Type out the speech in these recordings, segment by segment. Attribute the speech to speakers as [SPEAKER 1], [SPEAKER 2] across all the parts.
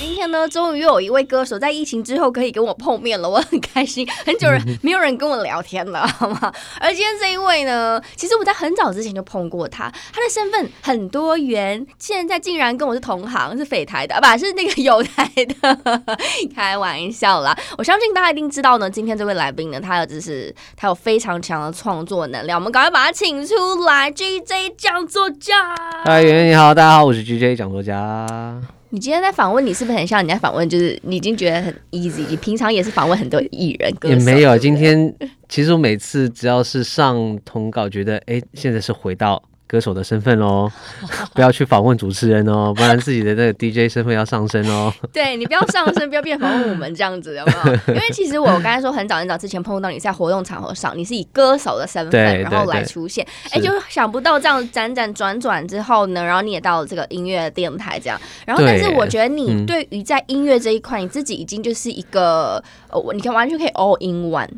[SPEAKER 1] 今天呢，终于有一位歌手在疫情之后可以跟我碰面了，我很开心。很久人没有人跟我聊天了，好吗？而今天这一位呢，其实我在很早之前就碰过他，他的身份很多元，现在竟然跟我是同行，是匪台的，啊不是那个友台的， 开玩笑啦。我相信大家一定知道呢，今天这位来宾呢，他有就是他有非常强的创作能量，我们赶快把他请出来，GJ 讲作家。
[SPEAKER 2] 嗨，圆圆你好，大家好，我是 GJ 讲作家。
[SPEAKER 1] 你今天在访问，你是不是很像你在访问？就是你已经觉得很 easy，你平常也是访问很多艺人歌手。
[SPEAKER 2] 也没有，
[SPEAKER 1] 对不对
[SPEAKER 2] 今天其实我每次只要是上通告，觉得哎，现在是回到歌手的身 份喽，不要去访问主持人哦，不然自己的那个 DJ 身份要上升哦。
[SPEAKER 1] 对你不要上升，不要变访问我们这样子，有没 有？因为其实我刚才说很早很早之前碰到你在活动场合上，你是以歌手的身份
[SPEAKER 2] 对
[SPEAKER 1] 然后
[SPEAKER 2] 对
[SPEAKER 1] 来
[SPEAKER 2] 对
[SPEAKER 1] 出现，哎，
[SPEAKER 2] 是
[SPEAKER 1] 就想不到这样辗转转转之后呢，然后你也到了这个音乐电台这样，然后但
[SPEAKER 2] 对
[SPEAKER 1] 是我觉得你
[SPEAKER 2] 嗯
[SPEAKER 1] 对于在音乐这一块，你自己已经就是一个呃，我你看完全可以 all in one，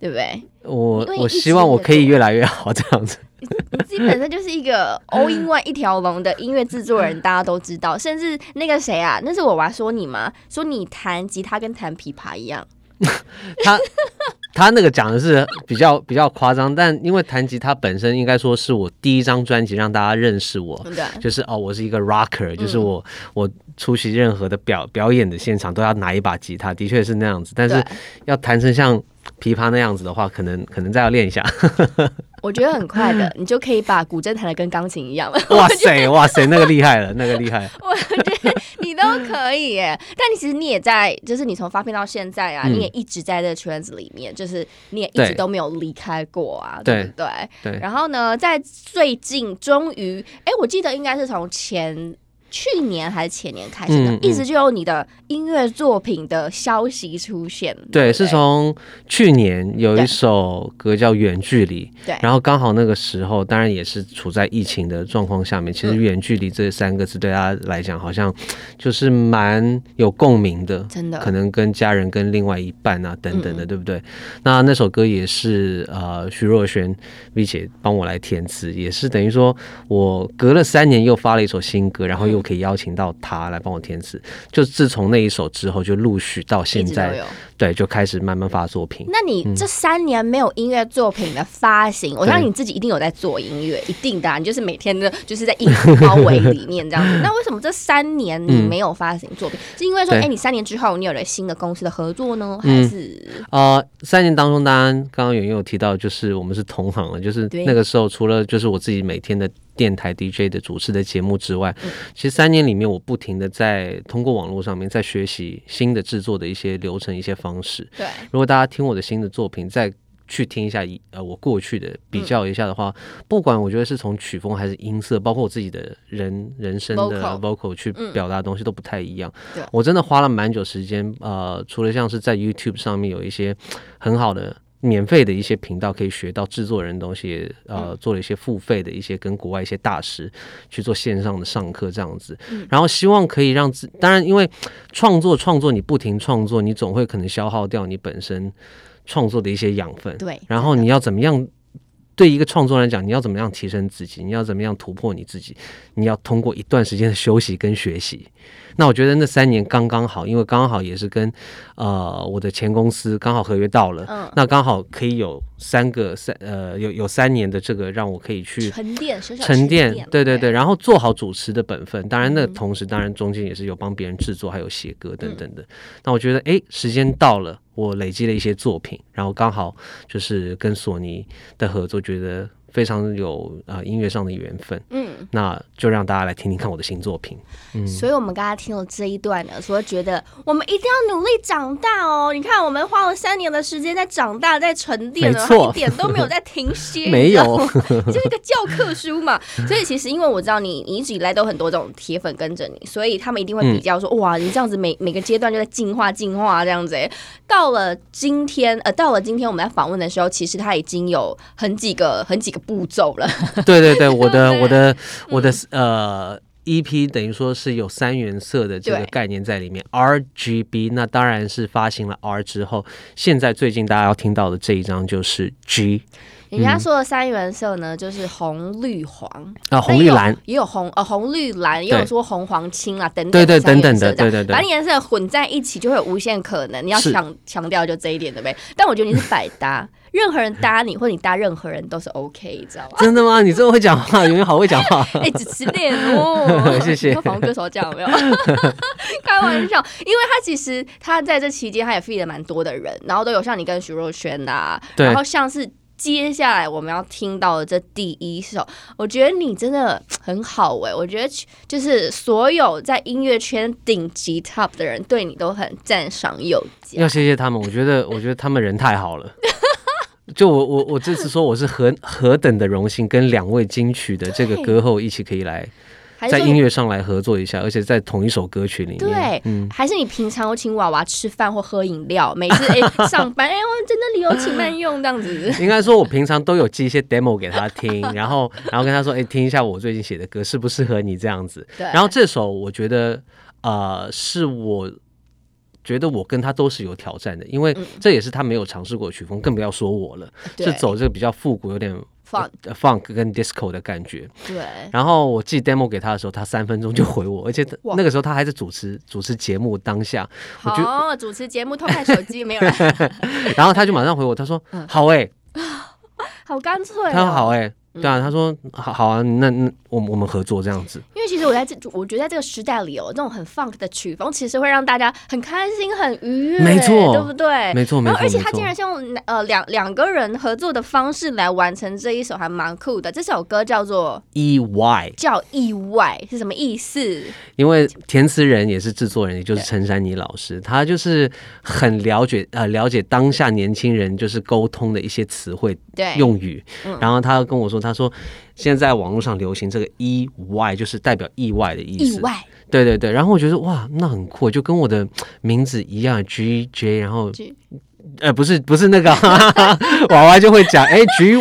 [SPEAKER 1] 对不对？
[SPEAKER 2] 我
[SPEAKER 1] 因为
[SPEAKER 2] 我
[SPEAKER 1] 一直
[SPEAKER 2] 希望我可以
[SPEAKER 1] 也
[SPEAKER 2] 越来越好这样子。
[SPEAKER 1] 你自己本身就是一 个 all in one 一条龙的音乐制作人，大家都知道。甚至那个谁啊，那是我娃说你吗？说你弹吉他跟弹琵琶一样。
[SPEAKER 2] 他他那个讲的是比较比较夸张，但因为弹吉他本身应该说是我第一张专辑让大家认识我
[SPEAKER 1] 对，
[SPEAKER 2] 就是哦，我是一个 rocker，就是
[SPEAKER 1] 嗯
[SPEAKER 2] 我、我出席任何的表表演的现场都要拿一把吉他，的确是那样子，但是
[SPEAKER 1] 对
[SPEAKER 2] 要弹成像琵琶那样子的话，可能可能再要练 一下。
[SPEAKER 1] 我觉得很快 的，你就可以把古筝弹的跟钢琴一样了。
[SPEAKER 2] 哇塞哇塞，那个厉害了，那个厉害了。
[SPEAKER 1] 我觉得你都可以耶。但你其实你也在，就是你从发片到现在啊，
[SPEAKER 2] 嗯
[SPEAKER 1] 你也一直在这个圈子里面，就是你也一直
[SPEAKER 2] 对
[SPEAKER 1] 都没有离开过啊，对
[SPEAKER 2] 对
[SPEAKER 1] 不对？
[SPEAKER 2] 对
[SPEAKER 1] 然后呢，在最近终于，哎，我记得应该是从前。去年还是前年开始的，
[SPEAKER 2] 嗯嗯
[SPEAKER 1] 一直就有你的音乐作品的消息出现。
[SPEAKER 2] 对，
[SPEAKER 1] 不
[SPEAKER 2] 是从去年有
[SPEAKER 1] 对
[SPEAKER 2] 一首歌叫《远距离》，
[SPEAKER 1] 对
[SPEAKER 2] 然后刚好那个时候，当然也是处在疫情的状况下面，其实“
[SPEAKER 1] 嗯
[SPEAKER 2] 远距离”这三个字对大家来讲，好像就是蛮有共鸣的，
[SPEAKER 1] 真的嗯
[SPEAKER 2] 可能跟家人、跟另外一半啊等等的，对不对？那那首歌也是呃徐若瑄 V 姐帮我来填词，也是等于说我隔了三年又发了一首新歌，然后
[SPEAKER 1] 嗯
[SPEAKER 2] 又可以邀请到她来帮我填词，就自从那一首之后，就陆续到
[SPEAKER 1] 一
[SPEAKER 2] 现
[SPEAKER 1] 直都
[SPEAKER 2] 在嗯
[SPEAKER 1] 有。。
[SPEAKER 2] 对，就开始慢慢发作品。
[SPEAKER 1] 那你这三年没有音乐作品的发行，我相信你自己一定有在做音乐，一定的、啊，你就是每天的就是在硬包围里面这样 子。那为什么这三年你没有发行作品？
[SPEAKER 2] 嗯
[SPEAKER 1] 是因为说，哎、
[SPEAKER 2] 对
[SPEAKER 1] 你三年之后你有了新的公司的合作呢，还
[SPEAKER 2] 嗯
[SPEAKER 1] 是、
[SPEAKER 2] 呃，三年当中，当然刚刚有有提到，就是我们是同行了，就是
[SPEAKER 1] 对
[SPEAKER 2] 那个时候除了就是我自己每天的电台 DJ 的主持的节目之外，其实三年里面我不停的在通过网络上面在学习新的制作的一些流程、一些方式。
[SPEAKER 1] 对？
[SPEAKER 2] 如果大家听我的新的作品，再去听一下以呃我过去的
[SPEAKER 1] 嗯
[SPEAKER 2] 比较一下的话，不管我觉得是从曲风还是音色，包括我自己的人人声的
[SPEAKER 1] Vocal 嗯
[SPEAKER 2] vocal 去表达的东西都不太一样。
[SPEAKER 1] 对
[SPEAKER 2] 我真的花了蛮久时间，呃，除了像是在 YouTube 上面有一些很好的。免费的一些频道可以学到制作人的东西，也
[SPEAKER 1] 嗯
[SPEAKER 2] 呃，做了一些付费的一些跟国外一些大师去做线上的上课这样子，
[SPEAKER 1] 嗯
[SPEAKER 2] 然后希望可以让自，当然因为创作创作你不停创作，你总会可能消耗掉你本身创作的一些养分。
[SPEAKER 1] 对
[SPEAKER 2] 然后你要怎么样？对一个创作人来讲，你要怎么样提升自己？你要怎么样突破你自己？你要通过一段时间的休息跟学习。那我觉得那三年刚刚好，因为刚好也是跟呃我的前公司刚好合约到了，
[SPEAKER 1] 嗯
[SPEAKER 2] 那刚好可以有三个三呃有有三年的这个让我可以去
[SPEAKER 1] 沉淀，小小
[SPEAKER 2] 沉淀，对对嗯对，
[SPEAKER 1] 对，
[SPEAKER 2] 然后做好主持的本分。当然，那同时当然中间也是有帮别人制作，还有写歌等等的。那我觉得，诶，时间到了，我累积了一些作品，然后刚好就是跟索尼的合作，觉得非常有啊、呃音乐上的缘分。
[SPEAKER 1] 嗯。
[SPEAKER 2] 那就让大家来听听看我的新作品。
[SPEAKER 1] 所以我们刚才听了这一段呢，所以觉得我们一定要努力长大哦。你看，我们花了三年的时间在长大，在沉淀了，
[SPEAKER 2] 没错
[SPEAKER 1] 然后一点都没有在停歇，
[SPEAKER 2] 没有
[SPEAKER 1] 你知道吗 就是一个教科书嘛。所以其实，因为我知道你，你一直以来都有很多这种铁粉跟着你，所以他们一定会比较说，哇，你这样子每每个阶段就在进化进化这样子、欸。到了今天，呃，到了今天我们在访问的时候，其实他已经有很几个很几个步骤了，
[SPEAKER 2] 对对对，我的
[SPEAKER 1] 对
[SPEAKER 2] 我的我的、呃。 EP 等于说是有三原色的这个
[SPEAKER 1] 对
[SPEAKER 2] 概念在里面，RGB 那当然是发行了 R 之后，现在最近大家要听到的这一张就是 G
[SPEAKER 1] 人
[SPEAKER 2] 嗯
[SPEAKER 1] 家说的三原色呢，就是红、绿、黄，
[SPEAKER 2] 啊，红绿 蓝
[SPEAKER 1] 但也有，也有红呃红绿蓝，也有
[SPEAKER 2] 对
[SPEAKER 1] 说红黄青啊等等
[SPEAKER 2] 对对
[SPEAKER 1] 三原
[SPEAKER 2] 等等的
[SPEAKER 1] 色这样
[SPEAKER 2] 对对对
[SPEAKER 1] 把你颜色混在一起就会有无限可能。你要
[SPEAKER 2] 是
[SPEAKER 1] 强强调就这一点，对不对？但我觉得你是百搭， 任何人搭你或者你搭任何人都是 OK，你知道吗？
[SPEAKER 2] 真的吗？你这么会讲话，有没有好会讲话？ ，
[SPEAKER 1] 哎、主持恋哦
[SPEAKER 2] 谢谢
[SPEAKER 1] 你跟访问歌手讲有 没有？开玩笑，因为他其实他在这期间他也 feed 了蛮多的人，然后都有像你跟徐若瑄呐、
[SPEAKER 2] 对
[SPEAKER 1] 然后像是。接下来我们要听到的这第一首，我觉得你真的很好哎、我觉得就是所有在音乐圈顶级 top 的人对你都很赞赏有加
[SPEAKER 2] 要。谢谢他们，我觉得，我觉得他们人太好 了。就我我我这次说我是何何等的荣幸，跟两位金曲的这个歌后一起可以来
[SPEAKER 1] 还是
[SPEAKER 2] 在
[SPEAKER 1] 说
[SPEAKER 2] 音
[SPEAKER 1] 你
[SPEAKER 2] 乐上来合作一下，而且在同一首歌曲里面。
[SPEAKER 1] 对，
[SPEAKER 2] 嗯，
[SPEAKER 1] 还是你平常有请娃娃吃饭或喝饮料，每次哎、 上班哎、我在那里有请慢用这样子。
[SPEAKER 2] 应该说我平常都有寄一些 demo 给他 听，然后然后跟他说，哎、听一下我最近写的歌适不适合你这样子。
[SPEAKER 1] 对，
[SPEAKER 2] 然后这首我觉得，呃，是我觉得我跟他都是有挑战的，因为这也是他没有尝试过的曲风，更不要说我了，
[SPEAKER 1] 嗯对
[SPEAKER 2] 是走这个比较复古，有点
[SPEAKER 1] Funk
[SPEAKER 2] 呃 funk 跟 disco 的感觉。
[SPEAKER 1] 对，
[SPEAKER 2] 然后我寄 demo 给他的时候，他三分钟就回我，而且他
[SPEAKER 1] 哇
[SPEAKER 2] 那个时候他还在主持主持节目当下，我觉得
[SPEAKER 1] 好，主持节目偷看手机没有人，
[SPEAKER 2] 然后他就马上回我，他说
[SPEAKER 1] 嗯
[SPEAKER 2] 好哎、
[SPEAKER 1] 好干脆、哦。
[SPEAKER 2] 他说好哎、对啊，他说好好啊，那那我们我们合作这样子，
[SPEAKER 1] 因为其实我在这，我觉得在这个时代里哦，这种很 funk 的曲风，其实会让大家很开心、很愉悦，
[SPEAKER 2] 没错
[SPEAKER 1] 对不对？
[SPEAKER 2] 没错没
[SPEAKER 1] 哎然后，而
[SPEAKER 2] 错，
[SPEAKER 1] 且他
[SPEAKER 2] 没错
[SPEAKER 1] 竟然是用呃两两个人合作的方式来完成这一首，还蛮酷的。这首歌叫做
[SPEAKER 2] 意外，
[SPEAKER 1] 叫意外，是什么意思？
[SPEAKER 2] 因为填词人也是制作人，也就是陈珊妮老师，她就是很了解呃了解当下年轻人就是沟通的一些词汇
[SPEAKER 1] 对，
[SPEAKER 2] 用语
[SPEAKER 1] 嗯，
[SPEAKER 2] 然后她跟我说，她说现在网络上流行这个意外，就是代表意外的意
[SPEAKER 1] 意
[SPEAKER 2] 思，
[SPEAKER 1] 外
[SPEAKER 2] 对对对，然后我觉得哇，那很酷，就跟我的名字一样，G J，然后
[SPEAKER 1] G
[SPEAKER 2] 呃不是不是那个 娃娃就会讲哎 G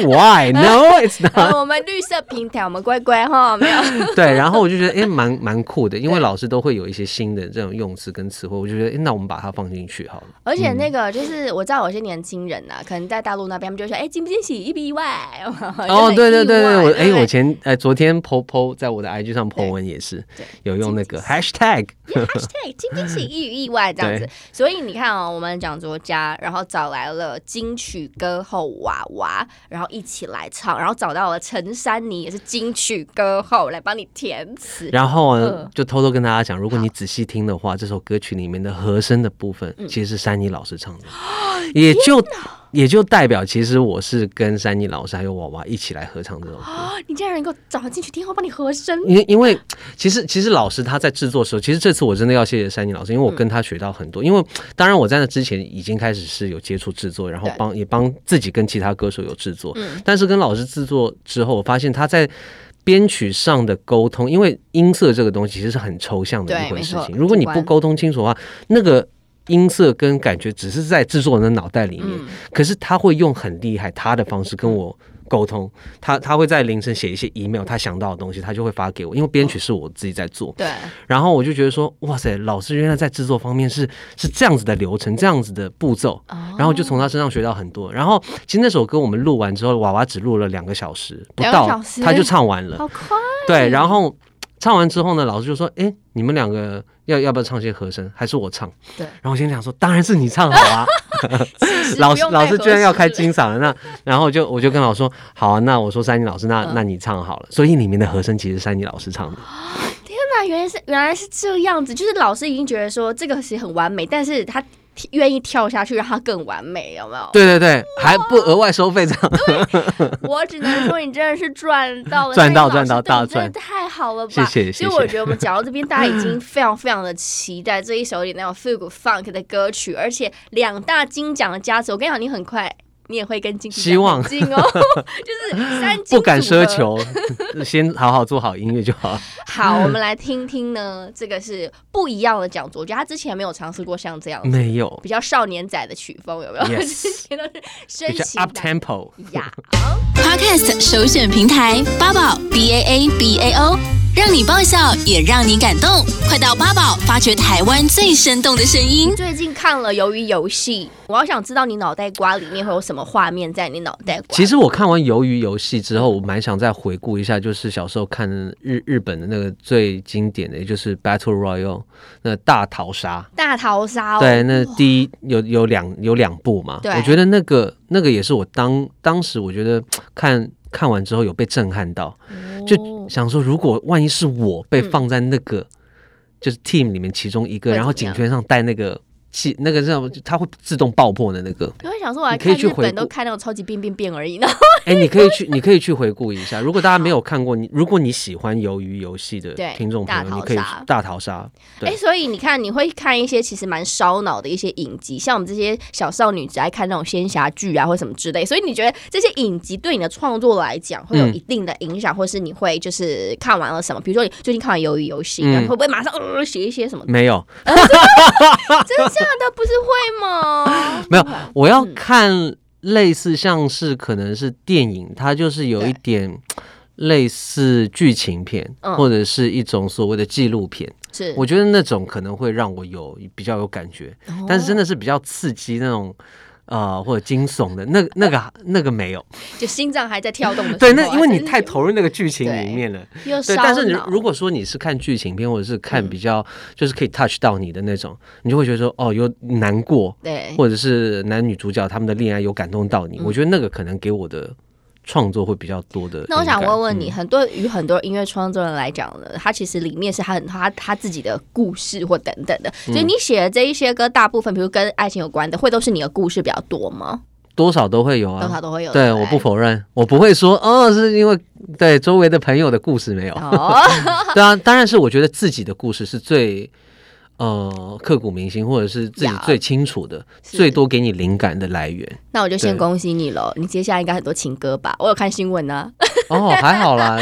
[SPEAKER 2] Y，No，it's not，
[SPEAKER 1] 然后我们绿色平台，我们乖乖哈，没有
[SPEAKER 2] 对，然后我就觉得哎蛮蛮酷的，因为老师都会有一些新的这种用词跟词汇，我就觉得哎那我们把它放进去好了。
[SPEAKER 1] 而且那个就是我知道有些年轻人呐、啊可能在大陆那边，他们就会说，哎、惊不惊喜，意不意外？
[SPEAKER 2] 哦，对对
[SPEAKER 1] 对
[SPEAKER 2] 对对，我哎我
[SPEAKER 1] 对
[SPEAKER 2] 前呃昨天 PO PO 在我的 IG 上 PO
[SPEAKER 1] 对
[SPEAKER 2] 文也是
[SPEAKER 1] 对
[SPEAKER 2] 有用那个 Hashtag，
[SPEAKER 1] hashtag 惊惊喜，意与意外这样子
[SPEAKER 2] 对。
[SPEAKER 1] 所以你看哦，我们讲作家，然后找来了金曲歌后娃娃，然后一起来唱，然后找到了陈珊妮，也是金曲歌后来帮你填词。
[SPEAKER 2] 然后啊
[SPEAKER 1] 嗯
[SPEAKER 2] 就偷偷跟大家讲，如果你仔细听的话，这首歌曲里面的和声的部分其实是珊妮老师唱的，也就也就代表其实我是跟珊妮老师还有娃娃一起来合唱这首歌。
[SPEAKER 1] 哦你竟然能够找到金曲天后帮你和声，
[SPEAKER 2] 因因为其实其实老师他在制作的时候，其实这次我真的要谢谢珊妮老师，
[SPEAKER 1] 嗯
[SPEAKER 2] 因为我跟他学到很多。因为当然我在那之前已经开始是有接触制作，然后
[SPEAKER 1] 对
[SPEAKER 2] 帮也帮自己跟其他歌手有制作，
[SPEAKER 1] 嗯
[SPEAKER 2] 但是跟老师制作之后，我发现他在。编曲上的沟通，因为音色这个东西其实是很抽象的一
[SPEAKER 1] 对
[SPEAKER 2] 回
[SPEAKER 1] 没
[SPEAKER 2] 事
[SPEAKER 1] 错
[SPEAKER 2] 情。如果你
[SPEAKER 1] 主
[SPEAKER 2] 不
[SPEAKER 1] 观
[SPEAKER 2] 沟通清楚的话，那个音色跟感觉只是在制作人的脑袋里
[SPEAKER 1] 嗯
[SPEAKER 2] 面，可是他会用很厉害他的方式跟我沟通，他他会在凌晨写一些 email，他想到的东西，他就会发给我，因为编曲是我自己在做，
[SPEAKER 1] 对，
[SPEAKER 2] 然后我就觉得说，哇塞，老师原来在制作方面是是这样子的流程，这样子的步骤，
[SPEAKER 1] 哦
[SPEAKER 2] 然后就从他身上学到很多。然后其实那首歌我们录完之后，娃娃只录了两个小时不
[SPEAKER 1] 两个
[SPEAKER 2] 到
[SPEAKER 1] 小，时
[SPEAKER 2] 他就唱完了，
[SPEAKER 1] 好快，
[SPEAKER 2] 对，然后唱完之后呢，老师就说：“哎，你们两个要要不要唱些和声？还是我唱？”
[SPEAKER 1] 对
[SPEAKER 2] 然后我心里想说：“当然是你唱 好啊！” 老师
[SPEAKER 1] 不用
[SPEAKER 2] 老
[SPEAKER 1] 太合
[SPEAKER 2] 师居然要
[SPEAKER 1] 适
[SPEAKER 2] 开金嗓了，那然后我就我就跟老师说：“好啊，那我说珊妮老师，
[SPEAKER 1] 嗯
[SPEAKER 2] 那、那你唱好了。”所以里面的和声其实是珊妮老师唱的，
[SPEAKER 1] 哦那原来是原来是这样子，就是老师已经觉得说这个其实很完美，但是他愿意跳下去让它更完美，有没有？
[SPEAKER 2] 对对对，还不额外收费这
[SPEAKER 1] 哦
[SPEAKER 2] 样。
[SPEAKER 1] 我只能说你真的是赚到了，
[SPEAKER 2] 赚到
[SPEAKER 1] 那你老师
[SPEAKER 2] 赚到
[SPEAKER 1] 对我
[SPEAKER 2] 大赚
[SPEAKER 1] 真的太好了吧！
[SPEAKER 2] 谢谢
[SPEAKER 1] 所以
[SPEAKER 2] 谢谢
[SPEAKER 1] 我觉得我们讲到这边，大家已 经非常非常的期待这一首有点那种复古 funk 的歌曲，而且两大金奖的加持，我跟你讲，你很快。你也会跟金曲奖
[SPEAKER 2] 希望
[SPEAKER 1] 很近 哦，就是三金
[SPEAKER 2] 不敢
[SPEAKER 1] 组
[SPEAKER 2] 奢
[SPEAKER 1] 合
[SPEAKER 2] 求， 先好好做好音乐就好了。
[SPEAKER 1] 好，我们来听听呢，这个是不一样的讲座，我觉得他之前没有尝试过像这样子
[SPEAKER 2] 没有
[SPEAKER 1] 比较少年仔的曲风，有没有
[SPEAKER 2] Yes
[SPEAKER 1] 之前都是深
[SPEAKER 2] 比较
[SPEAKER 1] 情
[SPEAKER 2] up
[SPEAKER 1] 的
[SPEAKER 2] tempo。
[SPEAKER 1] 呀。
[SPEAKER 3] Podcast 首选平台八宝 B A A B A O，让你爆笑，也让你感动。快到八宝发掘台湾最生动的声音。
[SPEAKER 1] 最近看了《鱿鱼游戏》，我好想知道你脑袋瓜里面会有什么画面在你脑袋瓜。
[SPEAKER 2] 其实我看完《鱿鱼游戏》之后，我蛮想再回顾一下，就是小时候看日日本的那个最经典的，也就是 Battle Royale 那大逃杀。
[SPEAKER 1] 大逃杀、哦，
[SPEAKER 2] 对，那第一有有两有两部嘛，
[SPEAKER 1] 对
[SPEAKER 2] 我觉得那个那个也是我当当时我觉得看看完之后有被震撼到，
[SPEAKER 1] 哦
[SPEAKER 2] 就想说如果万一是我被放在那个、就是 team 里面其中一
[SPEAKER 1] 嗯
[SPEAKER 2] 个，
[SPEAKER 1] 会
[SPEAKER 2] 然后
[SPEAKER 1] 怎么
[SPEAKER 2] 颈
[SPEAKER 1] 样
[SPEAKER 2] 圈上戴那个气那个叫它会自动爆破的那个，
[SPEAKER 1] 你会想说，我来
[SPEAKER 2] 你可以
[SPEAKER 1] 看
[SPEAKER 2] 去
[SPEAKER 1] 日
[SPEAKER 2] 回
[SPEAKER 1] 本
[SPEAKER 2] 顾
[SPEAKER 1] 都看那种超级变变变而已呢。
[SPEAKER 2] 哎、你可以去，你可以去回顾一下。如果大家没有看过，你如果你喜欢鱿鱼游戏的
[SPEAKER 1] 对
[SPEAKER 2] 听众朋
[SPEAKER 1] 大
[SPEAKER 2] 友，你
[SPEAKER 1] 逃
[SPEAKER 2] 可以
[SPEAKER 1] 杀
[SPEAKER 2] 大逃杀。对
[SPEAKER 1] 哎、所以你看，你会看一些其实蛮烧脑的一些影集，像我们这些小少女只爱看那种仙侠剧啊，或什么之类。所以你觉得这些影集对你的创作来讲会有
[SPEAKER 2] 嗯
[SPEAKER 1] 一定的影响，或是你会就是看完了什么？比如说你最近看完《鱿鱼游戏》，然
[SPEAKER 2] 嗯
[SPEAKER 1] 后会不会马上呃写一些什么？
[SPEAKER 2] 没有，
[SPEAKER 1] 真的假的？不是会 吗？
[SPEAKER 2] 没有，我要
[SPEAKER 1] 嗯
[SPEAKER 2] 看类似像是可能是电影，它就是有一
[SPEAKER 1] 对
[SPEAKER 2] 点类似剧情片，
[SPEAKER 1] 嗯
[SPEAKER 2] 或者是一种所谓的纪录片。
[SPEAKER 1] 是，
[SPEAKER 2] 我觉得那种可能会让我有比较有感觉，
[SPEAKER 1] 哦
[SPEAKER 2] 但是真的是比较刺激那种。呃，或者惊悚的那那个那个没有，
[SPEAKER 1] 就心脏还在跳动的时候啊。
[SPEAKER 2] 对，那因为你
[SPEAKER 1] 真的
[SPEAKER 2] 太
[SPEAKER 1] 有
[SPEAKER 2] 投入那个剧情里
[SPEAKER 1] 对
[SPEAKER 2] 面了，
[SPEAKER 1] 又
[SPEAKER 2] 对，
[SPEAKER 1] 烧
[SPEAKER 2] 但是你
[SPEAKER 1] 脑嗯
[SPEAKER 2] 如果说你是看剧情片，或者是看比较就是可以 touch 到你的那种，你就会觉得说哦，有难过，
[SPEAKER 1] 对
[SPEAKER 2] 或者是男女主角他们的恋爱有感动到你，我觉得那个可能给我的创作会比较多的灵感。
[SPEAKER 1] 嗯那我想问问你，
[SPEAKER 2] 嗯，
[SPEAKER 1] 很多与很多音乐创作人来讲呢，他其实里面是他很他他自己的故事或等等的，所以
[SPEAKER 2] 嗯
[SPEAKER 1] 你写的这一些歌，大部分比如跟爱情有关的，会都是你的故事比较多吗？
[SPEAKER 2] 多少都会有
[SPEAKER 1] 多少
[SPEAKER 2] 啊。
[SPEAKER 1] 都会有。
[SPEAKER 2] 对，
[SPEAKER 1] 不
[SPEAKER 2] 我不否认，我不会说哦，是因为对周围的朋友的故事没有。
[SPEAKER 1] 哦，
[SPEAKER 2] 当然，当然是我觉得自己的故事是最呃刻骨铭心，或者是自己
[SPEAKER 1] 呀
[SPEAKER 2] 最清楚的、
[SPEAKER 1] 是
[SPEAKER 2] 最多给你灵感的来源。
[SPEAKER 1] 那我就先
[SPEAKER 2] 对
[SPEAKER 1] 恭喜你喽！你接下来应该很多情歌吧？我有看新闻呢、
[SPEAKER 2] 哦，还好啦，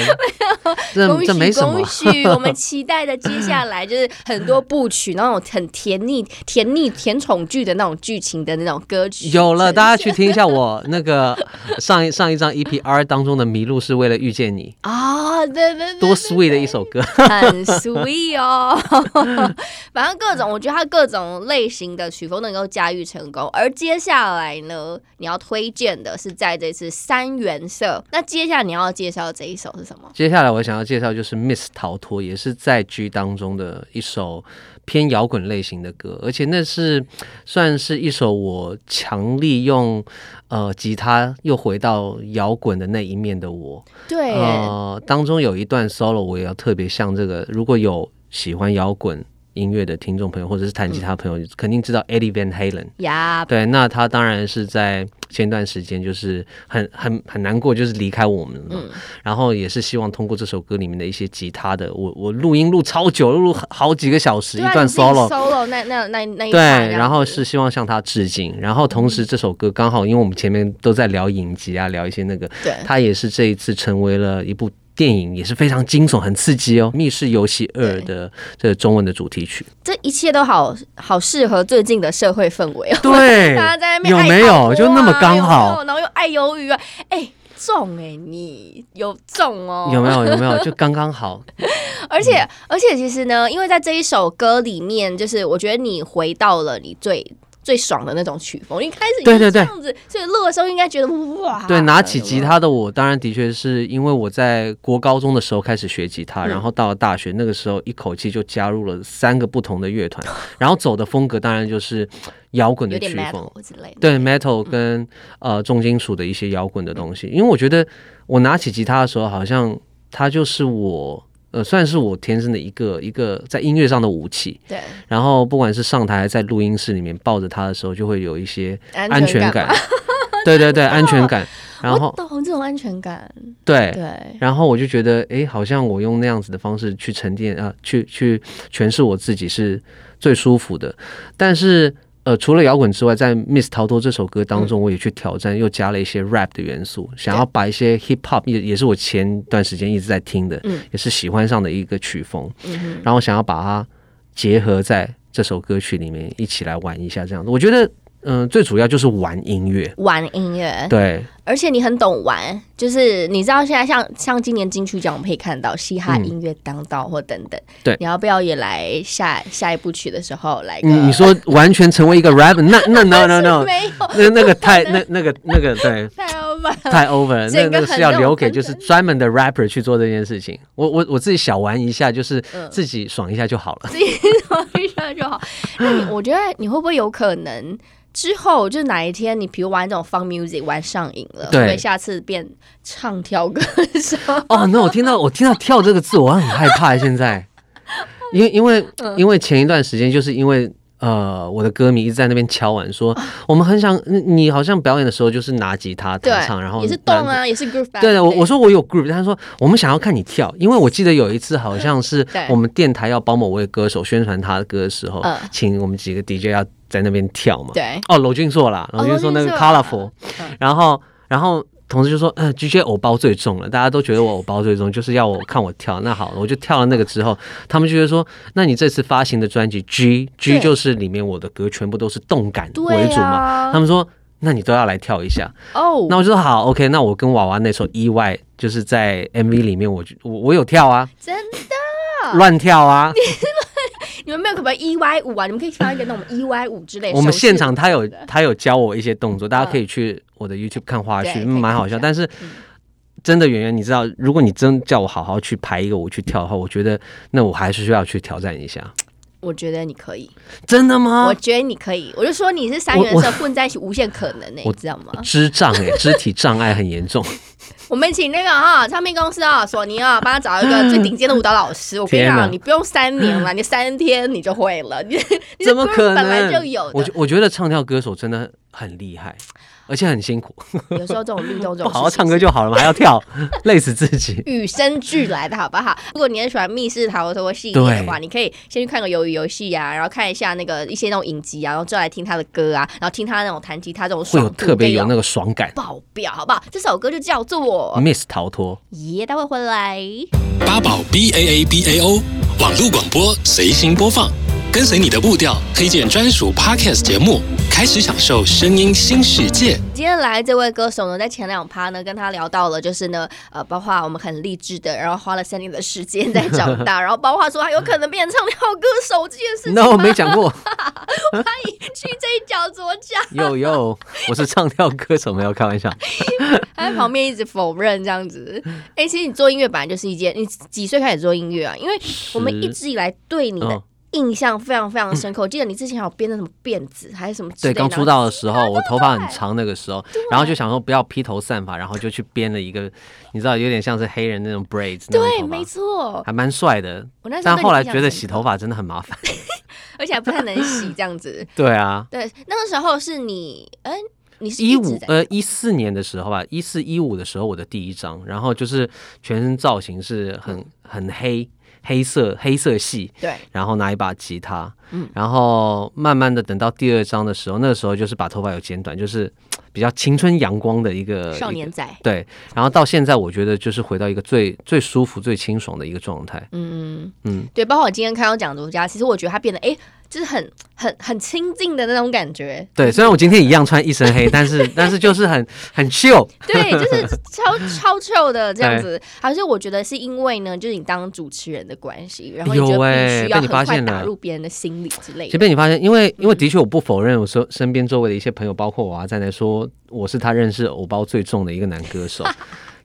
[SPEAKER 1] 恭
[SPEAKER 2] 这这没
[SPEAKER 1] 喜
[SPEAKER 2] 什么
[SPEAKER 1] 恭。喜！我们期待的接下来就是很多部曲，那种很甜腻、甜腻、甜宠剧的那种剧情的那种歌曲。
[SPEAKER 2] 有了，大
[SPEAKER 1] 家
[SPEAKER 2] 家去听一下我那个 上一上一张 EPR 当中的《迷路是为了遇见你
[SPEAKER 1] 啊，对对对，》，
[SPEAKER 2] 多
[SPEAKER 1] 对
[SPEAKER 2] sweet 的一首歌。
[SPEAKER 1] 很 sweet 哦， 反正各种，我觉得他各种类型的曲风能够驾驭成功。而接下来呢，你要推荐的是在这次三原色。那接下来你要介绍这一首是什么？
[SPEAKER 2] 接下来我想要介绍就是《Miss 逃脱》，也是在 G 当中的一首偏摇滚类型的歌，而且那是算是一首我强力用呃吉他又回到摇滚的那一面的我。
[SPEAKER 1] 对耶，
[SPEAKER 2] 呃，当中有一段 solo，我也要特别向这个如果有喜欢摇滚音乐的听众朋友，或者是弹吉他
[SPEAKER 1] 嗯
[SPEAKER 2] 朋友，肯定知道 Eddie Van Halen。
[SPEAKER 1] 呀、
[SPEAKER 2] 对，那他当然是在前段时间就是很很很难过，就是离开我们了嘛。
[SPEAKER 1] 嗯
[SPEAKER 2] 然后也是希望通过这首歌里面的一些吉他的，我我录音录超久，录好好几个小时，
[SPEAKER 1] 对
[SPEAKER 2] 一
[SPEAKER 1] 啊
[SPEAKER 2] 段
[SPEAKER 1] 你自己
[SPEAKER 2] solo。
[SPEAKER 1] solo 那那那那一
[SPEAKER 2] 对，
[SPEAKER 1] 段这样子
[SPEAKER 2] 然后是希望向他致敬。然后同时，这首歌刚好，因为我们前面都在聊影集啊，聊一些那个，
[SPEAKER 1] 对
[SPEAKER 2] 它也是这一次成为了一部电影，也是非常惊悚、很刺激哦，《密室游戏二》的这中文的主 题曲。
[SPEAKER 1] 这一切都好好适合最近的社会氛围哦。
[SPEAKER 2] 对
[SPEAKER 1] 大家在那边
[SPEAKER 2] 哎有
[SPEAKER 1] 爱
[SPEAKER 2] 没
[SPEAKER 1] 烤锅
[SPEAKER 2] 有
[SPEAKER 1] 啊
[SPEAKER 2] 就那么刚
[SPEAKER 1] 有没
[SPEAKER 2] 好？
[SPEAKER 1] 有然后又爱鱿鱼啊，哎。中哎、你有中哦？
[SPEAKER 2] 有没有？有没有？就刚 刚好。
[SPEAKER 1] 而且、
[SPEAKER 2] 嗯
[SPEAKER 1] 而且其实呢，因为在这一首歌里面，就是我觉得你回到了你最最爽的那种曲风，一开始
[SPEAKER 2] 对
[SPEAKER 1] 你是
[SPEAKER 2] 对对
[SPEAKER 1] 这样子，所以录的时候应该觉得哇，
[SPEAKER 2] 对，拿
[SPEAKER 1] 啊
[SPEAKER 2] 起吉他的我，当然的确是因为我在国高中的时候开始学吉他，
[SPEAKER 1] 嗯
[SPEAKER 2] 然后到了大学，那个时候一口气就加入了三个不同的乐团，然后走的风格当然就是摇滚
[SPEAKER 1] 有
[SPEAKER 2] 的
[SPEAKER 1] 点
[SPEAKER 2] 曲风，
[SPEAKER 1] metal 之类的，
[SPEAKER 2] 对 metal 跟、呃重金属的一些摇滚的东西，因为我觉得我拿起吉他的时候，好像它就是我呃算是我天生的一个一个在音乐上的武器。
[SPEAKER 1] 对，
[SPEAKER 2] 然后不管是上台还是在录音室里面抱着它的时候，就会有一些
[SPEAKER 1] 安
[SPEAKER 2] 安全
[SPEAKER 1] 感
[SPEAKER 2] 感
[SPEAKER 1] 嘛，。
[SPEAKER 2] 对对对，安全感。然
[SPEAKER 1] 哦我
[SPEAKER 2] 后
[SPEAKER 1] 懂这种安全感，
[SPEAKER 2] 对，
[SPEAKER 1] 对，
[SPEAKER 2] 然后我就觉得，诶，好像我用那样子的方式去沉淀啊、呃去去诠释我自己是最舒服的。但是，呃，除了摇滚之外，在《Miss 逃脱》这首歌当
[SPEAKER 1] 嗯
[SPEAKER 2] 中，我也去挑战，又加了一些 rap 的元素，想要把一些 hip hop 也也是我前段时间一直在听的，
[SPEAKER 1] 嗯
[SPEAKER 2] 也是喜欢上的一个曲风，
[SPEAKER 1] 嗯哼，
[SPEAKER 2] 然后想要把它结合在这首歌曲里面一起来玩一下，这样子，我觉得嗯、最主要就是玩音乐。
[SPEAKER 1] 玩音乐，
[SPEAKER 2] 对，
[SPEAKER 1] 而且你很懂玩，就是你知道现在像像今年金曲奖，我们可以看到嘻哈音乐当道或等等。
[SPEAKER 2] 对
[SPEAKER 1] 你要不要也来下下一部曲的时候来个？
[SPEAKER 2] 你你说完全成为一个 rapper，那 那 no no no，
[SPEAKER 1] 没有，
[SPEAKER 2] 那那个 太那那个那个对。
[SPEAKER 1] 太傲慢了。
[SPEAKER 2] 太 over 了，那
[SPEAKER 1] 整个
[SPEAKER 2] 那个
[SPEAKER 1] 很
[SPEAKER 2] 是要
[SPEAKER 1] 那种
[SPEAKER 2] 留给
[SPEAKER 1] 很
[SPEAKER 2] 就是专门的 rapper 去做这件事情。我我我自己小玩一下，就是
[SPEAKER 1] 嗯
[SPEAKER 2] 自己爽一下就好了。
[SPEAKER 1] 自己 说一下就好。那你我觉得你会不会有可能之后就哪一天你比如玩这种 fun music 玩上瘾了，
[SPEAKER 2] 对
[SPEAKER 1] 会不会下次变唱跳歌手？
[SPEAKER 2] 哦，那我听到我听到跳这个字，我很害怕。现在，因为因为
[SPEAKER 1] 嗯
[SPEAKER 2] 因为前一段时间，就是因为呃，我的歌迷一直在那边敲碗说，
[SPEAKER 1] 啊
[SPEAKER 2] 我们很想你你好像表演的时候就是拿吉他
[SPEAKER 1] 对
[SPEAKER 2] 弹唱，然后
[SPEAKER 1] 也是动
[SPEAKER 2] 拿
[SPEAKER 1] 啊，也是 group band。
[SPEAKER 2] 对的，我我说我有 group，他说我们想要看你跳，因为我记得有一次好像是
[SPEAKER 1] 对
[SPEAKER 2] 我们电台要帮某位歌手宣传他的歌的时候
[SPEAKER 1] 嗯，
[SPEAKER 2] 请我们几个 DJ 要在那边跳嘛。
[SPEAKER 1] 对
[SPEAKER 2] 哦，娄俊硕啦，
[SPEAKER 1] 哦
[SPEAKER 2] 娄俊硕那个
[SPEAKER 1] 娄俊硕嗯
[SPEAKER 2] colorful，然后然后。同事就说：“嗯、g j 偶包最重了，大家都觉得我偶包最重，就是要我看我跳。那好，我就跳了那个之后，他们就会说：那你这次发行的专辑 G G
[SPEAKER 1] 对
[SPEAKER 2] 就是里面我的歌全部都是动感
[SPEAKER 1] 对
[SPEAKER 2] 为主嘛。
[SPEAKER 1] 啊
[SPEAKER 2] 他们说：那你都要来跳一下。
[SPEAKER 1] 哦，
[SPEAKER 2] 那我就说好，OK，那我跟娃娃那首《意外》就是在 MV 里面我就，我我有跳啊，
[SPEAKER 1] 真的，
[SPEAKER 2] 乱跳啊。
[SPEAKER 1] 你们没有可不可以 E Y 舞啊？你们可以跳一个那种 E Y 舞之类的手势。嗯
[SPEAKER 2] 我们现场他有他有教我一些动作，大家可以去我的 YouTube 看花
[SPEAKER 1] 对
[SPEAKER 2] 絮，
[SPEAKER 1] 可以
[SPEAKER 2] 嗯蛮好
[SPEAKER 1] 看一
[SPEAKER 2] 笑。
[SPEAKER 1] 下
[SPEAKER 2] 但是真的圆圆，你知道，如果你真叫我好好去排一个舞去跳的话，我觉得那我还是需要去挑战一下。
[SPEAKER 1] 我觉得你可以，
[SPEAKER 2] 真的吗
[SPEAKER 1] 我？觉得你可以，我就说你是三
[SPEAKER 2] 啊我
[SPEAKER 1] 元
[SPEAKER 2] 我
[SPEAKER 1] 色混在一起，无限可能呢、
[SPEAKER 2] 我
[SPEAKER 1] 你知道吗？
[SPEAKER 2] 肢障哎、肢体障碍很严重。
[SPEAKER 1] 我们请那个哈、唱片公司啊、索尼啊，帮他找一个最顶尖的舞蹈老师。我跟你
[SPEAKER 2] 天哪
[SPEAKER 1] 讲，你不用三年 了，你三天你就会了。 你 你
[SPEAKER 2] 怎么
[SPEAKER 1] 这
[SPEAKER 2] 可能？
[SPEAKER 1] 本来就有
[SPEAKER 2] 我
[SPEAKER 1] 的
[SPEAKER 2] 觉。我觉得唱跳歌手真的很厉害，而且很辛苦，
[SPEAKER 1] 有时候这种律动，这
[SPEAKER 2] 不
[SPEAKER 1] 种
[SPEAKER 2] 好好
[SPEAKER 1] 事情
[SPEAKER 2] 唱歌
[SPEAKER 1] 是
[SPEAKER 2] 就好了嘛，还要跳， 累死自己。
[SPEAKER 1] 与生俱来的好不好？如果你很喜欢密室逃脱或系列的话，
[SPEAKER 2] 对
[SPEAKER 1] 你可以先去看个鱿鱼游戏啊，然后看一下那个一些那种影集啊，然后就来听他的歌啊，然后听他那种弹吉他这种
[SPEAKER 2] 会有
[SPEAKER 1] 爽度
[SPEAKER 2] 特别有
[SPEAKER 1] 这
[SPEAKER 2] 那嗯
[SPEAKER 1] 种
[SPEAKER 2] 个爽感。
[SPEAKER 1] 爆表，好不好？这首歌就叫做
[SPEAKER 2] Miss 逃脱，
[SPEAKER 1] 耶，待会回来。
[SPEAKER 4] 八宝 B A A B A O 网络广播随心播放，跟随你的步调，推荐专属 Podcast 节目，开始享受声音新世界。
[SPEAKER 1] 今天来这位歌手呢，在前两趴呢，跟他聊到了，就是呢，呃，包括我们很励志的，然后花了三年的时间在长大，然后包括说他有可能变成唱跳歌手这件事情吗。
[SPEAKER 2] 那我没讲过，
[SPEAKER 1] 欢迎去这一角左讲，
[SPEAKER 2] 有有，我是唱跳歌手，没有开玩笑。
[SPEAKER 1] 他在旁边一直否认这样 子。哎、其实你做音乐本来就是一件，你几岁开始做音乐啊？因为我们一直以来对你的
[SPEAKER 2] 嗯，
[SPEAKER 1] 印象非常非常深刻。我记得你之前还有编的什么辫子还是什么之
[SPEAKER 2] 对，
[SPEAKER 1] 类的啊
[SPEAKER 2] 刚出道的时候，我头发很长，那个时候，然后就想说不要披头散发，然后就去编了一个，你知道，有点像是黑人那种 braids 那种
[SPEAKER 1] 对，
[SPEAKER 2] 头
[SPEAKER 1] 没
[SPEAKER 2] 发，
[SPEAKER 1] 错，
[SPEAKER 2] 还蛮帅的。
[SPEAKER 1] 我那时候
[SPEAKER 2] 但
[SPEAKER 1] 对你
[SPEAKER 2] 后来
[SPEAKER 1] 印象
[SPEAKER 2] 觉得
[SPEAKER 1] 深
[SPEAKER 2] 洗
[SPEAKER 1] 刻
[SPEAKER 2] 头，发真的很麻烦。
[SPEAKER 1] 而且还不太能洗这样子。
[SPEAKER 2] 对啊，
[SPEAKER 1] 对，那个时候是你，嗯、你是
[SPEAKER 2] 一
[SPEAKER 1] 直
[SPEAKER 2] 五
[SPEAKER 1] 在
[SPEAKER 2] 呃一四年的时候吧，一四一五的时候我的第一张，然后就是全身造型是很很黑黑色黑色系，
[SPEAKER 1] 对，
[SPEAKER 2] 然后拿一把吉他，
[SPEAKER 1] 嗯
[SPEAKER 2] 然后慢慢的等到第二章的时候，那个时候就是把头发有剪短，就是嘖比较青春阳光的一个
[SPEAKER 1] 少
[SPEAKER 2] 呃一
[SPEAKER 1] 年
[SPEAKER 2] 个
[SPEAKER 1] 仔，
[SPEAKER 2] 对，然后到现在，我觉得就是回到一个最最舒服、最清爽的一个状态。
[SPEAKER 1] 嗯嗯
[SPEAKER 2] 嗯，
[SPEAKER 1] 对，包括我今天看到蒋竹家，其实我觉得他变得哎、就是很很很亲近的那种感觉，
[SPEAKER 2] 对，虽然我今天一样穿一身黑， 但是但是就是很很 chill。
[SPEAKER 1] 对， 就是超超臭的这样子。而且我觉得是因为呢，就是你当主持人的关系，然后你
[SPEAKER 2] 有
[SPEAKER 1] 觉得必
[SPEAKER 2] 欸
[SPEAKER 1] 须要
[SPEAKER 2] 被你
[SPEAKER 1] 很
[SPEAKER 2] 发
[SPEAKER 1] 快
[SPEAKER 2] 现
[SPEAKER 1] 打
[SPEAKER 2] 了
[SPEAKER 1] 入别人的心里之类
[SPEAKER 2] 即
[SPEAKER 1] 的。
[SPEAKER 2] 便你发现，因为因为的确我不否认，我说身边周围的一些朋友，包括我啊，在来说我是他认识偶包最重的一个男 歌手，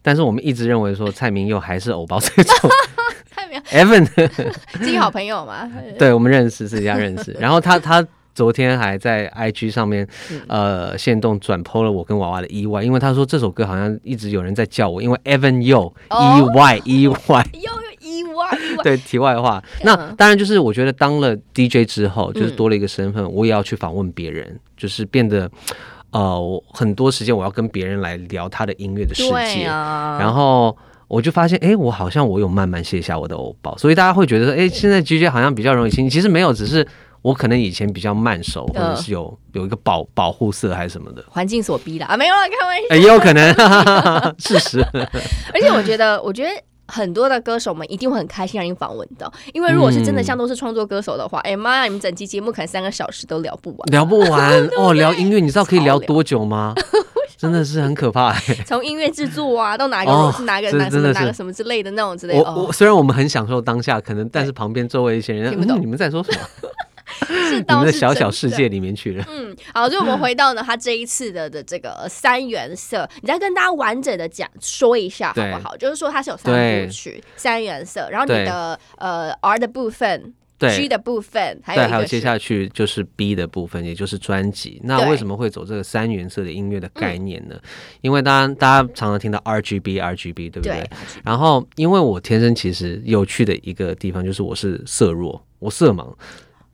[SPEAKER 2] 但是我们一直认为说蔡明佑还是偶包最重
[SPEAKER 1] 太没有，
[SPEAKER 2] ，Evan
[SPEAKER 1] 自己好朋友嘛，
[SPEAKER 2] 对，我们认识，私底下认 识。然后他他昨天还在 IG 上面，
[SPEAKER 1] 嗯
[SPEAKER 2] 呃，现动转 PO 了我跟娃娃的意外，因为他说这首歌好像一直有人在叫我，因为 Evan Yo 意
[SPEAKER 1] 哦
[SPEAKER 2] 外意外。
[SPEAKER 1] 又又意外意外，
[SPEAKER 2] 对，题外话，
[SPEAKER 1] 嗯
[SPEAKER 2] 那当然就是我觉得当了 DJ 之后，就是多了一个身份，我也要去访问别人，就是变得。呃，我很多时间我要跟别人来聊他的音乐 的世
[SPEAKER 1] 对
[SPEAKER 2] 界，
[SPEAKER 1] 啊，
[SPEAKER 2] 然后我就发现，哎，我好像我有慢慢卸下我的欧包，所以大家会觉得说，哎，现在 G J 好像比较容易亲近，其实没有，只是我可能以前比较慢熟，或者是有有一个保保护色还是什么的，
[SPEAKER 1] 环境所逼的啊，没有啦，开玩笑。
[SPEAKER 2] 哎，也有可能，事实，
[SPEAKER 1] 而且我觉得，我觉得。很多的歌手们一定会很开心让你访问到，因为如果是真的
[SPEAKER 2] 嗯
[SPEAKER 1] 像都是创作歌手的 话，哎妈呀，你们整期节目可能三个小时都聊不完。
[SPEAKER 2] 聊不完哦，聊音乐，你知道可以
[SPEAKER 1] 超
[SPEAKER 2] 聊
[SPEAKER 1] 聊
[SPEAKER 2] 多 久吗？真的是很可怕、欸。
[SPEAKER 1] 从音乐制作啊，到哪个、
[SPEAKER 2] 哦
[SPEAKER 1] 哪个
[SPEAKER 2] 这
[SPEAKER 1] 哪个什
[SPEAKER 2] 真
[SPEAKER 1] 么
[SPEAKER 2] 的是
[SPEAKER 1] 哪个什么之类的那种之类的，
[SPEAKER 2] 我我
[SPEAKER 1] 哦，
[SPEAKER 2] 虽然我们很享受当下，可能但是旁边周围一些人
[SPEAKER 1] 听不懂
[SPEAKER 2] 嗯你们在说什么？
[SPEAKER 1] 是
[SPEAKER 2] 你
[SPEAKER 1] 倒
[SPEAKER 2] 们的
[SPEAKER 1] 是
[SPEAKER 2] 小
[SPEAKER 1] 真
[SPEAKER 2] 小
[SPEAKER 1] 的
[SPEAKER 2] 世界里面去了。
[SPEAKER 1] 嗯，好，所以我们回到呢，他这一次的的这个呃三原色，你再跟大家完整的讲说一下好
[SPEAKER 2] 对
[SPEAKER 1] 不好？就是说它是有三
[SPEAKER 2] 对
[SPEAKER 1] 部曲，三原色，然后你
[SPEAKER 2] 对
[SPEAKER 1] 的呃 R 的部分，G
[SPEAKER 2] 对。
[SPEAKER 1] 的部分，还有
[SPEAKER 2] 对，
[SPEAKER 1] 一
[SPEAKER 2] 还有
[SPEAKER 1] 个
[SPEAKER 2] 接
[SPEAKER 1] 是
[SPEAKER 2] 下去就是 B 的部分，也就是专辑。那
[SPEAKER 1] 对嗯
[SPEAKER 2] 为什么会走这个三原色的音乐的概念呢？因为大家大家常常听到 RGB RGB，对不对？
[SPEAKER 1] 对
[SPEAKER 2] 然后，因为我天生其实有趣的一个地方就是我是色弱，我色盲，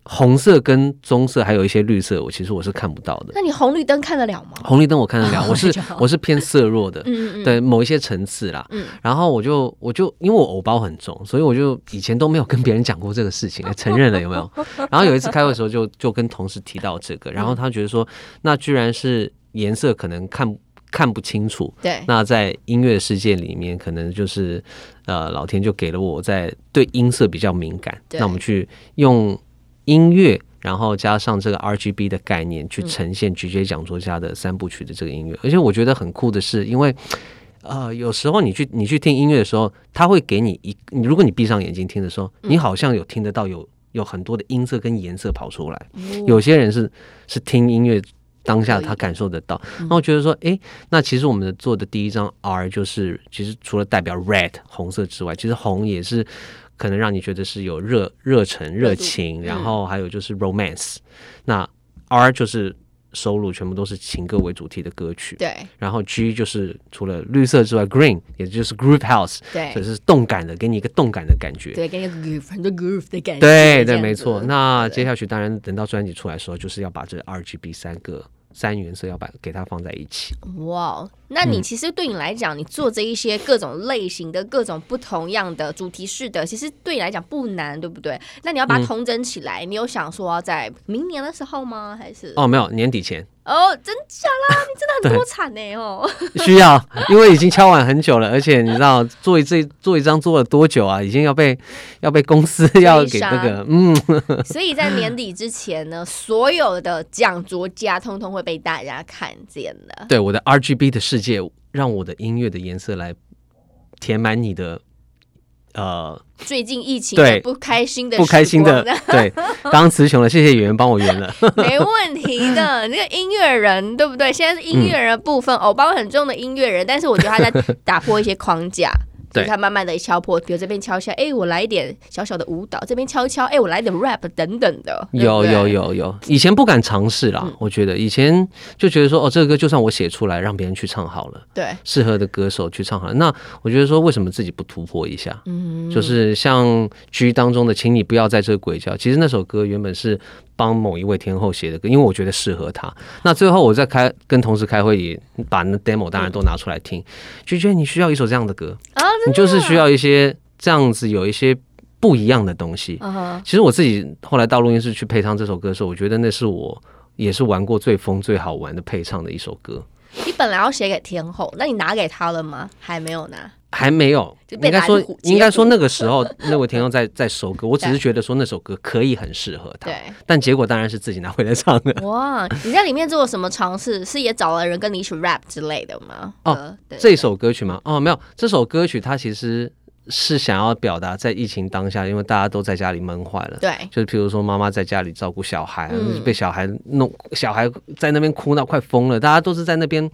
[SPEAKER 2] 红色跟棕色还有一些绿色，我其实我是看不到的。
[SPEAKER 1] 那你红绿灯看得了吗？
[SPEAKER 2] 红绿灯我 看得了，我是
[SPEAKER 1] 就好
[SPEAKER 2] 我是偏色弱的，
[SPEAKER 1] 嗯嗯，
[SPEAKER 2] 对某一些层次啦。
[SPEAKER 1] 嗯
[SPEAKER 2] 然后我就我就因为我偶包很重，所以我就以前都没有跟别人讲过这 个事情，承认了有没有？然后有一次开会的时候就就跟同事提到这
[SPEAKER 1] 嗯
[SPEAKER 2] 个，然后他觉得说，那居然是颜色可能看看不清楚，
[SPEAKER 1] 对，
[SPEAKER 2] 那在音乐世界里面，可能就是呃，老天就给了我在对音色比较敏感。
[SPEAKER 1] 对
[SPEAKER 2] 那我们去用音乐，然后加上这个 RGB 的概念，
[SPEAKER 1] 嗯
[SPEAKER 2] 去呈现菊姐讲座家的三部曲的这个音乐。而且我觉得很酷的是，因为呃，有时候你去你去听音乐的时候，它会给你一，你如果你闭上眼睛听的时候，
[SPEAKER 1] 嗯
[SPEAKER 2] 你好像有听得到有有很多的音色跟颜色跑出来。
[SPEAKER 1] 哦
[SPEAKER 2] 有些人是是听音乐当下
[SPEAKER 1] 可以嗯
[SPEAKER 2] 他感受得到。那我觉得说，诶，那其实我们的做的第一张 R 就是，其实除了代表 red 红色之外，其实红也是可能让你觉得是有热热忱、热
[SPEAKER 1] 嗯
[SPEAKER 2] 情，然后还有就是 romance。那 R 就是收录全部都是情歌为主题的歌曲。
[SPEAKER 1] 对
[SPEAKER 2] 然后 G 就是除了绿色之外，Green 也就是 Group House，所以
[SPEAKER 1] 对
[SPEAKER 2] 是动感的，给你一个动感的感觉。
[SPEAKER 1] 对，给你 groove 很多 groove 的感觉，
[SPEAKER 2] 对
[SPEAKER 1] 这样
[SPEAKER 2] 对，
[SPEAKER 1] 子
[SPEAKER 2] 没错。那
[SPEAKER 1] 对
[SPEAKER 2] 接下去当然等到专辑出来的时候，就是要把这 RGB 三个三原色要把给它放在一起。
[SPEAKER 1] 哇，哦那
[SPEAKER 2] 嗯
[SPEAKER 1] 你其实对你来讲，你做这一些各种类型的、各种不同样的主题式的，其实对你来讲不难，对不对？那你要把
[SPEAKER 2] 嗯
[SPEAKER 1] 它统整起来，你有想说要在明年的时候吗？还是哦
[SPEAKER 2] 哦，没有，年底前
[SPEAKER 1] 真假啦？你真的很多产呢、 哦，
[SPEAKER 2] 需要，因为已经敲完很久了，而且你知道做一这做一张做了多久啊？已经要被要被公司要给那个嗯，
[SPEAKER 1] 所以在年底之前呢，所有的讲座家通通会被大家看见的。
[SPEAKER 2] 对我的 RGB 的世界，让我的音乐的颜色来填满你的呃
[SPEAKER 1] 最近疫情
[SPEAKER 2] 对
[SPEAKER 1] 不开心的
[SPEAKER 2] 不开心的
[SPEAKER 1] 时光
[SPEAKER 2] 对。刚词穷了，谢谢演员帮我圆了。
[SPEAKER 1] 没问题的，那个音乐人对不对？现在是音乐人的部分，偶包很重的音乐人，但是我觉得他在打破一些框架。就
[SPEAKER 2] 对
[SPEAKER 1] 是他慢慢的敲破，比如这边敲一下，哎、我来一点小小的舞蹈；这边敲一敲，哎、我来点 rap 等等的。对不
[SPEAKER 2] 有
[SPEAKER 1] 对嗯
[SPEAKER 2] 有，有有，以前不敢尝试啦，我觉得以前就觉得说，哦，这个歌就算我写出来，让别人去唱好了，
[SPEAKER 1] 对，
[SPEAKER 2] 适合的歌手去唱好了。那我觉得说，为什么自己不突破一下？嗯，就是像《G》当中的“请你不要在这个鬼叫”，其实那首歌原本是帮某一位天后写的歌，因为我觉得适合她。那最后我在开跟同事开会，也把那 demo 当然都拿出来听，就觉得你需要一首这样的歌，
[SPEAKER 1] 啊，
[SPEAKER 2] 你就是需要一些这样子有一些不一样的东西。
[SPEAKER 1] 嗯哼，
[SPEAKER 2] 其实我自己后来到录音室去配唱这首歌的时候，我觉得那是我也是玩过最疯、最好玩的配唱的一首歌，
[SPEAKER 1] 你本来要写给天后，那你拿给他了吗？还没有拿。
[SPEAKER 2] 还没有。
[SPEAKER 1] 就被
[SPEAKER 2] 应该说
[SPEAKER 1] 拦截，
[SPEAKER 2] 应该说那个时候 那位天佑在在收歌，我只是觉得说那首歌可以很适合他，
[SPEAKER 1] 对，
[SPEAKER 2] 但结果当然是自己拿回来唱 的。
[SPEAKER 1] 哇，你在里面做了什么尝试？是也找了人跟你一起 rap 之类的吗？
[SPEAKER 2] 哦
[SPEAKER 1] 呃，对
[SPEAKER 2] 这首歌曲吗？哦，没有，这首歌曲它其实是想要表达在疫情当下，因为大家都在家里闷坏了，
[SPEAKER 1] 对，
[SPEAKER 2] 就是譬如说妈妈在家里照顾小孩啊，
[SPEAKER 1] 嗯
[SPEAKER 2] 就是被小孩弄，小孩在那边哭闹快疯了，大家都是在那边。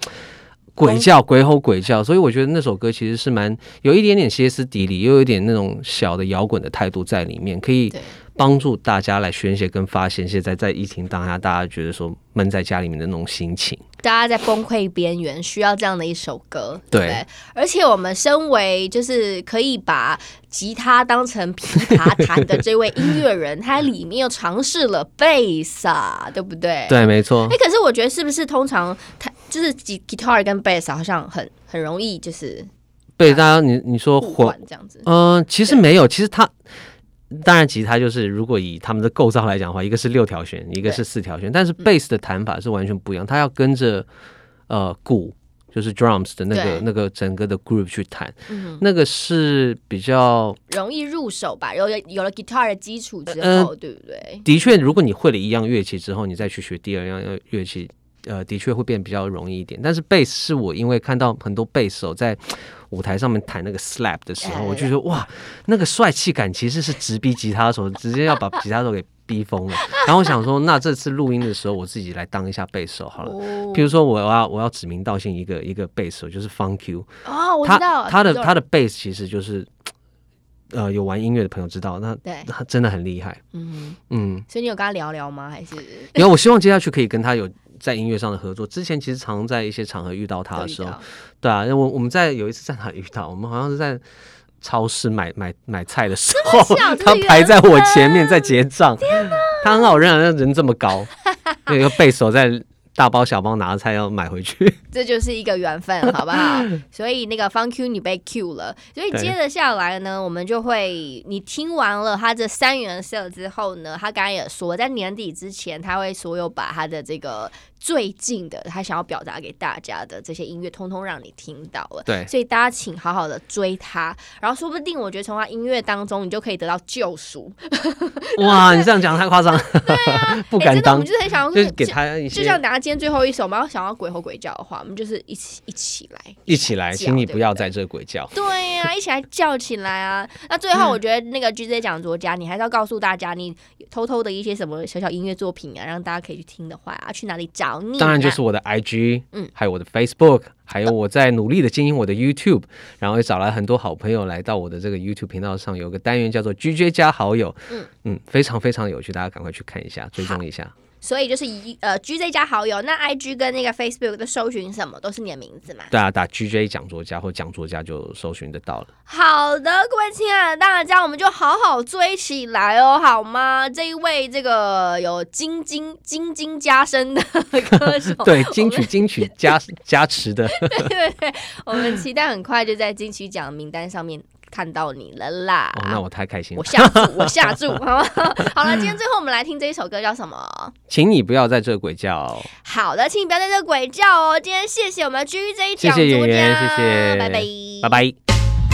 [SPEAKER 2] 鬼叫，鬼吼，鬼叫，所以我觉得那首歌其实是蛮有一点点歇斯底里，又有一点那种小的摇滚的态度在里面，可以
[SPEAKER 1] 对
[SPEAKER 2] 帮助大家来宣泄跟发现现在在疫情当下大家觉得说闷在家里面的那种心情。
[SPEAKER 1] 大家在崩溃边缘需要这样的一首歌，
[SPEAKER 2] 对
[SPEAKER 1] 不对。而且我们身为就是可以把吉他当成琵琶弹的这位音乐人，他里面又尝试了贝斯啊，对不对？。
[SPEAKER 2] 对，没错
[SPEAKER 1] 哎、，可是我觉得是不是通常他就是吉 guitar 跟 bass 好像很很容易就是
[SPEAKER 2] 被大家你你说
[SPEAKER 1] 互
[SPEAKER 2] 混
[SPEAKER 1] 换这样子，
[SPEAKER 2] 嗯、其实没有，其实它当然吉他就是，如果以他们的构造来讲的话，一个是六条
[SPEAKER 1] 嗯
[SPEAKER 2] 弦，一个是四条弦，但是贝斯的弹法是完全不一样，它要跟着呃鼓。就是 drums 的那
[SPEAKER 1] 对
[SPEAKER 2] 个那个整个的 groove 去弹，
[SPEAKER 1] 嗯，
[SPEAKER 2] 那个是比较
[SPEAKER 1] 容易入手吧。有了有了 guitar 的基础之
[SPEAKER 2] 呃
[SPEAKER 1] 后，对不对？
[SPEAKER 2] 的确，如果你会了一样乐器之后，你再去学第二样乐器，呃，的确会变比较容易一点。但是贝斯是我因为看到很多贝斯手在舞台上面弹那个 slap 的时候，我就说哇，那个帅气感其实是直逼吉他手，直接要把吉他手给逼疯了。然后我想说，那这次录音的时候，我自己来当一下贝斯手好了。
[SPEAKER 1] 哦
[SPEAKER 2] 譬如说，我要我要指名道姓一个一个贝斯手，就是 Fun Q，
[SPEAKER 1] 哦，我知道
[SPEAKER 2] 他他的
[SPEAKER 1] 有
[SPEAKER 2] 他的 bass 其实就是，呃，有玩音乐的朋友知道，那
[SPEAKER 1] 对，
[SPEAKER 2] 他真的很厉害。
[SPEAKER 1] 嗯，
[SPEAKER 2] 嗯，
[SPEAKER 1] 所以你有跟他聊聊吗？还是
[SPEAKER 2] 然后我希望接下去可以跟他有在音乐上的合作。之前其实常在一些场合遇到他的时
[SPEAKER 1] 有遇
[SPEAKER 2] 候
[SPEAKER 1] 到，
[SPEAKER 2] 对啊，我我们在有一次在哪里遇到，我们好像是在。超市买买买菜的时候
[SPEAKER 1] 巧，这
[SPEAKER 2] 他
[SPEAKER 1] 是缘
[SPEAKER 2] 排在我前面在 结账，他很好认啊，那人这么高，有一个背手在大包小包拿菜要买回去，
[SPEAKER 1] 这就是一个缘 分，好不好？所以那个方 Q 你被 Q 了，所以
[SPEAKER 2] 对
[SPEAKER 1] 接着下来呢，我们就会你听完了他这三原色之后呢，他刚刚也说，在年底之前他会所有把他的这个最近的他想要表达给大家的这些音乐，通通让你听到了。
[SPEAKER 2] 对
[SPEAKER 1] 所以大家请好好的追他，然后说不定我觉得从他音乐当中，你就可以得到救赎。
[SPEAKER 2] 哇，你这样讲太夸张，了， 不
[SPEAKER 1] 哎，真
[SPEAKER 2] 敢
[SPEAKER 1] 的，我
[SPEAKER 2] 当
[SPEAKER 1] 们，就是很想要，
[SPEAKER 2] 就是给他一些
[SPEAKER 1] 就像大家今天最后一首嘛，要想要鬼吼鬼叫的话，我们就是一起一起来。
[SPEAKER 2] 一起来，
[SPEAKER 1] 叫
[SPEAKER 2] 请你
[SPEAKER 1] 对
[SPEAKER 2] 不
[SPEAKER 1] 不
[SPEAKER 2] 要
[SPEAKER 1] 对
[SPEAKER 2] 在这鬼叫。
[SPEAKER 1] 对呀、 一起来叫起来啊！那最
[SPEAKER 2] 嗯
[SPEAKER 1] 后，我觉得那个 GZ 讲座家，你还是要告诉大家，你偷偷的一些什么小小音乐作品啊，让大家可以去听的话啊，去哪里找你、啊？
[SPEAKER 2] 当然就是我的 IG，
[SPEAKER 1] 嗯
[SPEAKER 2] 嗯，还有我的 Facebook，还有我在努力的经营我的 YouTube，然后也找来很多好朋友来到我的这个 YouTube 频道上，有个单元叫做 “GJ 加好友”，
[SPEAKER 1] 嗯
[SPEAKER 2] 嗯非常非常有趣，大家赶快去看一下，追踪一下。
[SPEAKER 1] 所以就是一呃 GZ 加好友，那 IG 跟那个 Facebook 的搜寻什么都是你的名字嘛。
[SPEAKER 2] 对啊，打 “GJ 讲座家”或“讲座家”就搜寻得到了。
[SPEAKER 1] 好的，各位亲爱的大家，我们就好好追起来哦，好吗？这一位这个有金金金金加深的歌手，
[SPEAKER 2] 对，
[SPEAKER 1] 我
[SPEAKER 2] 金
[SPEAKER 1] 们
[SPEAKER 2] 曲金曲加加持的，哦
[SPEAKER 1] 对 对对，我们期待很快就在金曲奖名单上面看到你了啦。
[SPEAKER 2] 哦，那我太开心了
[SPEAKER 1] 我。下注， 我下注， 好吗？好了，今天最后我们来听这一首歌叫什么？
[SPEAKER 2] 请你不要在这鬼叫，
[SPEAKER 1] 好的，请你不要在这鬼叫哦。今天谢谢我们 GJ
[SPEAKER 2] 谢
[SPEAKER 1] 奖
[SPEAKER 2] 谢演
[SPEAKER 1] 作
[SPEAKER 2] 员，
[SPEAKER 1] 家，
[SPEAKER 2] 谢谢，
[SPEAKER 1] 拜拜，
[SPEAKER 2] 拜。拜。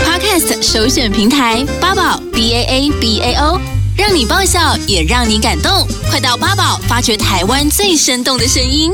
[SPEAKER 3] Podcast 首选平台八宝 B A A B A O，让你爆笑也让你感动，快到八宝发掘台湾最生动的声音。